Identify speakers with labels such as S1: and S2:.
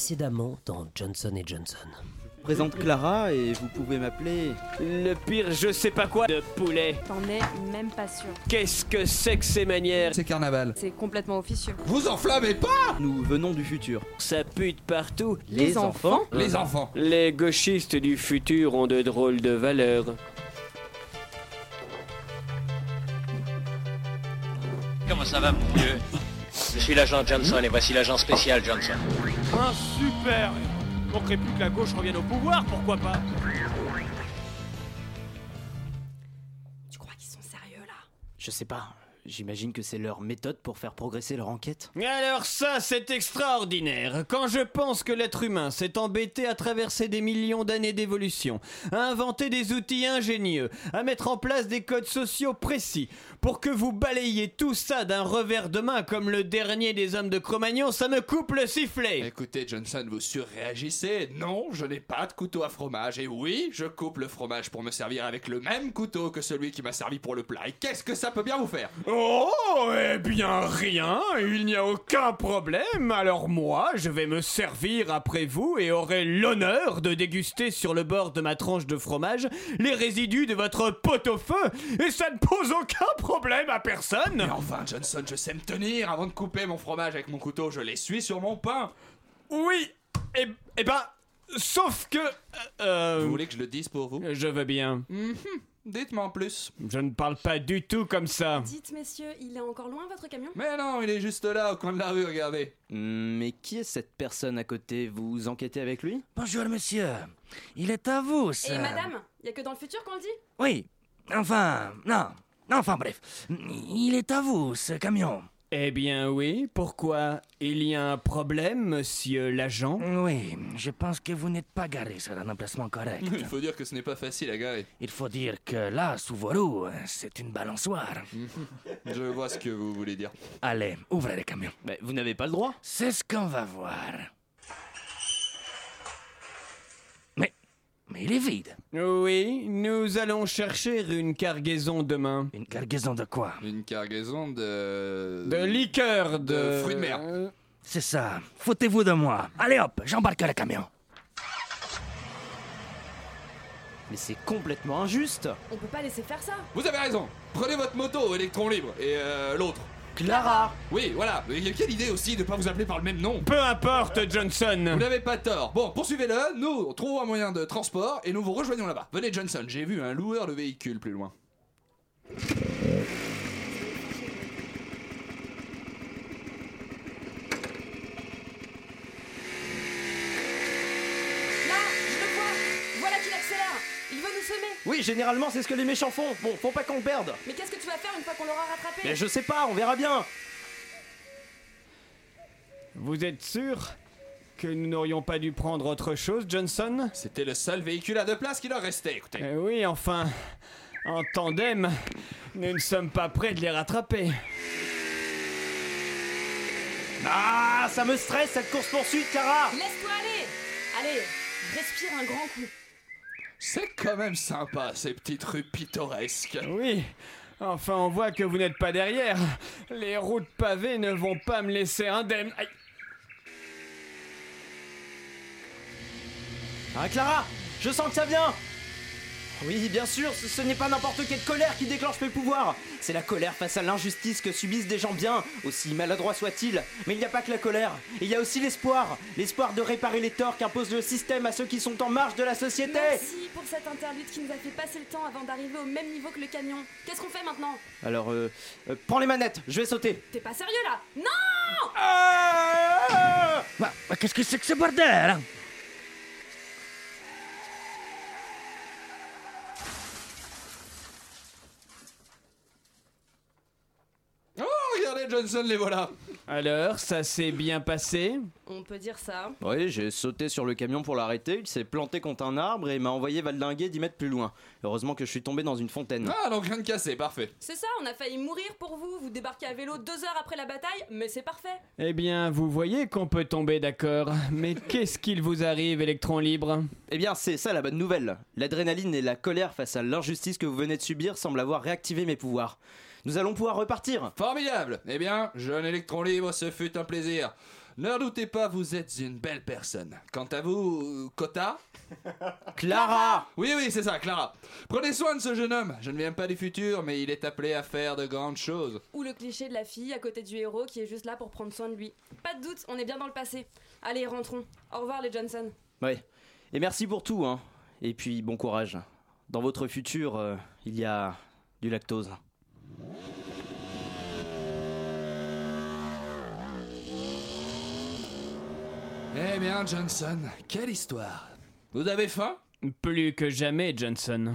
S1: précédemment dans Johnson Johnson.
S2: Je présente Clara et vous pouvez m'appeler.
S3: Le pire, je sais pas quoi de poulet.
S4: T'en es même pas sûr.
S3: Qu'est-ce que c'est que ces manières
S5: C'est carnaval.
S4: C'est complètement officieux.
S5: Vous enflammez pas
S2: Nous venons du futur.
S3: Ça pue de partout.
S4: Les, enfants,
S5: Les enfants.
S3: Les gauchistes du futur ont de drôles de valeurs.
S6: Comment ça va, mon vieux Je suis l'agent Johnson et voici l'agent spécial Johnson.
S7: Un super Il manquerait plus que la gauche revienne au pouvoir, pourquoi pas
S4: Tu crois qu'ils sont sérieux là
S8: Je sais pas. J'imagine que c'est leur méthode pour faire progresser leur enquête.
S3: Alors ça, c'est extraordinaire. Quand je pense que l'être humain s'est embêté à traverser des millions d'années d'évolution, à inventer des outils ingénieux, à mettre en place des codes sociaux précis, pour que vous balayiez tout ça d'un revers de main comme le dernier des hommes de Cro-Magnon, ça me coupe le sifflet.
S5: Écoutez, Johnson, vous surréagissez. Non, je n'ai pas de couteau à fromage. Et oui, je coupe le fromage pour me servir avec le même couteau que celui qui m'a servi pour le plat. Et qu'est-ce que ça peut bien vous faire
S7: Oh, eh bien rien, il n'y a aucun problème, alors moi, je vais me servir après vous et aurez l'honneur
S3: De déguster sur le bord de ma tranche de fromage les résidus de votre pot-au-feu, et ça ne pose aucun problème à personne.
S5: Mais enfin, Johnson, je sais me tenir. Avant de couper mon fromage avec mon couteau, je l'essuie sur mon pain.
S3: Oui, et, et ben, sauf que... euh,
S5: Vous voulez que je le dise pour vous
S3: Je veux bien.
S5: Dites-moi en plus.
S3: Je ne parle pas du tout comme ça.
S4: Dites messieurs, il est encore loin votre camion
S5: Mais non, il est juste là, au coin de la rue, regardez.
S8: Hmm, Mais qui est cette personne à côté Vous enquêtez avec lui
S9: Bonjour monsieur, il est à vous
S4: Et
S9: ça.
S4: madame, y a que dans le futur qu'on le dit
S9: Euh, Oui, enfin, non, enfin bref, il est à vous ce camion.
S3: Eh bien oui, pourquoi Il y a un problème, monsieur l'agent
S9: Oui, je pense que vous n'êtes pas garé sur un emplacement correct.
S5: Il faut dire que ce n'est pas facile à garer.
S9: Il faut dire que là, sous vos roues, c'est une balançoire.
S5: Je vois ce que vous voulez dire.
S9: Allez, ouvrez le camion.
S8: Mais vous n'avez pas le droit.
S9: C'est ce qu'on va voir. Mais, mais il est vide.
S3: Oui, nous allons chercher une cargaison demain.
S9: Une cargaison de quoi
S5: Une cargaison de...
S3: De liqueur de...
S5: Euh, De fruits de mer.
S3: Euh,
S9: C'est ça. Foutez-vous de moi. Allez hop, j'embarque le camion.
S8: Mais c'est complètement injuste.
S4: On peut pas laisser faire ça
S5: Vous avez raison. Prenez votre moto, électron libre, et euh, l'autre.
S8: Clara
S5: Oui, voilà. Mais quelle idée aussi de pas vous appeler par le même nom.
S3: Peu importe, Johnson
S5: Vous n'avez pas tort. Bon, poursuivez-le. Nous trouvons un moyen de transport et nous vous rejoignons là-bas. Venez, Johnson. J'ai vu un loueur de véhicule plus loin.
S4: Là, je le vois Voilà qu'il accélère Il veut nous semer
S8: Oui, généralement, c'est ce que les méchants font. Bon, faut pas qu'on le perde.
S4: Mais qu'est-ce que tu vas faire une fois qu'on l'aura rattrapé
S8: Mais je sais pas, on verra bien.
S3: Vous êtes sûr que nous n'aurions pas dû prendre autre chose, Johnson
S5: C'était le seul véhicule à deux places qui leur restait. Écoutez.
S3: Eh Oui, enfin, en tandem, nous ne sommes pas prêts de les rattraper.
S8: Ah, ça me stresse cette course-poursuite, Clara
S4: Laisse-toi aller Allez, respire un grand coup.
S5: C'est quand même sympa ces petites rues pittoresques.
S3: Oui. Enfin, on voit que vous n'êtes pas derrière. Les routes pavées ne vont pas me laisser indemne. Aïe.
S8: Ah, Clara Je sens que ça vient Oui, bien sûr, ce, ce n'est pas n'importe quelle colère qui déclenche mes pouvoirs. C'est la colère face à l'injustice que subissent des gens bien, aussi maladroits soient-ils. Mais il n'y a pas que la colère, il y a aussi l'espoir. L'espoir de réparer les torts qu'impose le système à ceux qui sont en marge de la société.
S4: Merci pour cette interlude qui nous a fait passer le temps avant d'arriver au même niveau que le camion. Qu'est-ce qu'on fait maintenant
S8: Alors, euh, euh, prends les manettes, je vais sauter.
S4: T'es pas sérieux là Non
S9: Bah, bah, qu'est-ce que c'est que ce bordel hein
S5: Oh, regardez, Johnson, les voilà.
S3: Alors, ça s'est bien passé
S4: On peut dire ça.
S8: Oui, j'ai sauté sur le camion pour l'arrêter, il s'est planté contre un arbre et m'a envoyé valdinguer 10 mètres plus loin. Heureusement que je suis tombé dans une fontaine.
S5: Ah, donc rien de cassé, parfait.
S4: C'est ça, on a failli mourir pour vous. Vous débarquez à vélo deux heures après la bataille, mais c'est parfait.
S3: Eh bien, vous voyez qu'on peut tomber d'accord. Mais qu'est-ce qu'il vous arrive, électron libre
S8: Eh bien, c'est ça la bonne nouvelle. L'adrénaline et la colère face à l'injustice que vous venez de subir semblent avoir réactivé mes pouvoirs. Nous allons pouvoir repartir.
S5: Formidable. Eh bien, jeune électron libre, ce fut un plaisir. Ne doutez pas, vous êtes une belle personne. Quant à vous, euh, Cotta
S8: Clara
S5: Oui, oui, c'est ça, Clara. Prenez soin de ce jeune homme. Je ne viens pas du futur, mais il est appelé à faire de grandes choses.
S4: Ou le cliché de la fille à côté du héros qui est juste là pour prendre soin de lui. Pas de doute, on est bien dans le passé. Allez, rentrons. Au revoir les Johnson.
S8: Ouais. Et merci pour tout, hein. Et puis bon courage. Dans votre futur, euh, il y a du lactose.
S5: Eh bien, Johnson, quelle histoire. Vous avez faim
S3: Plus que jamais, Johnson.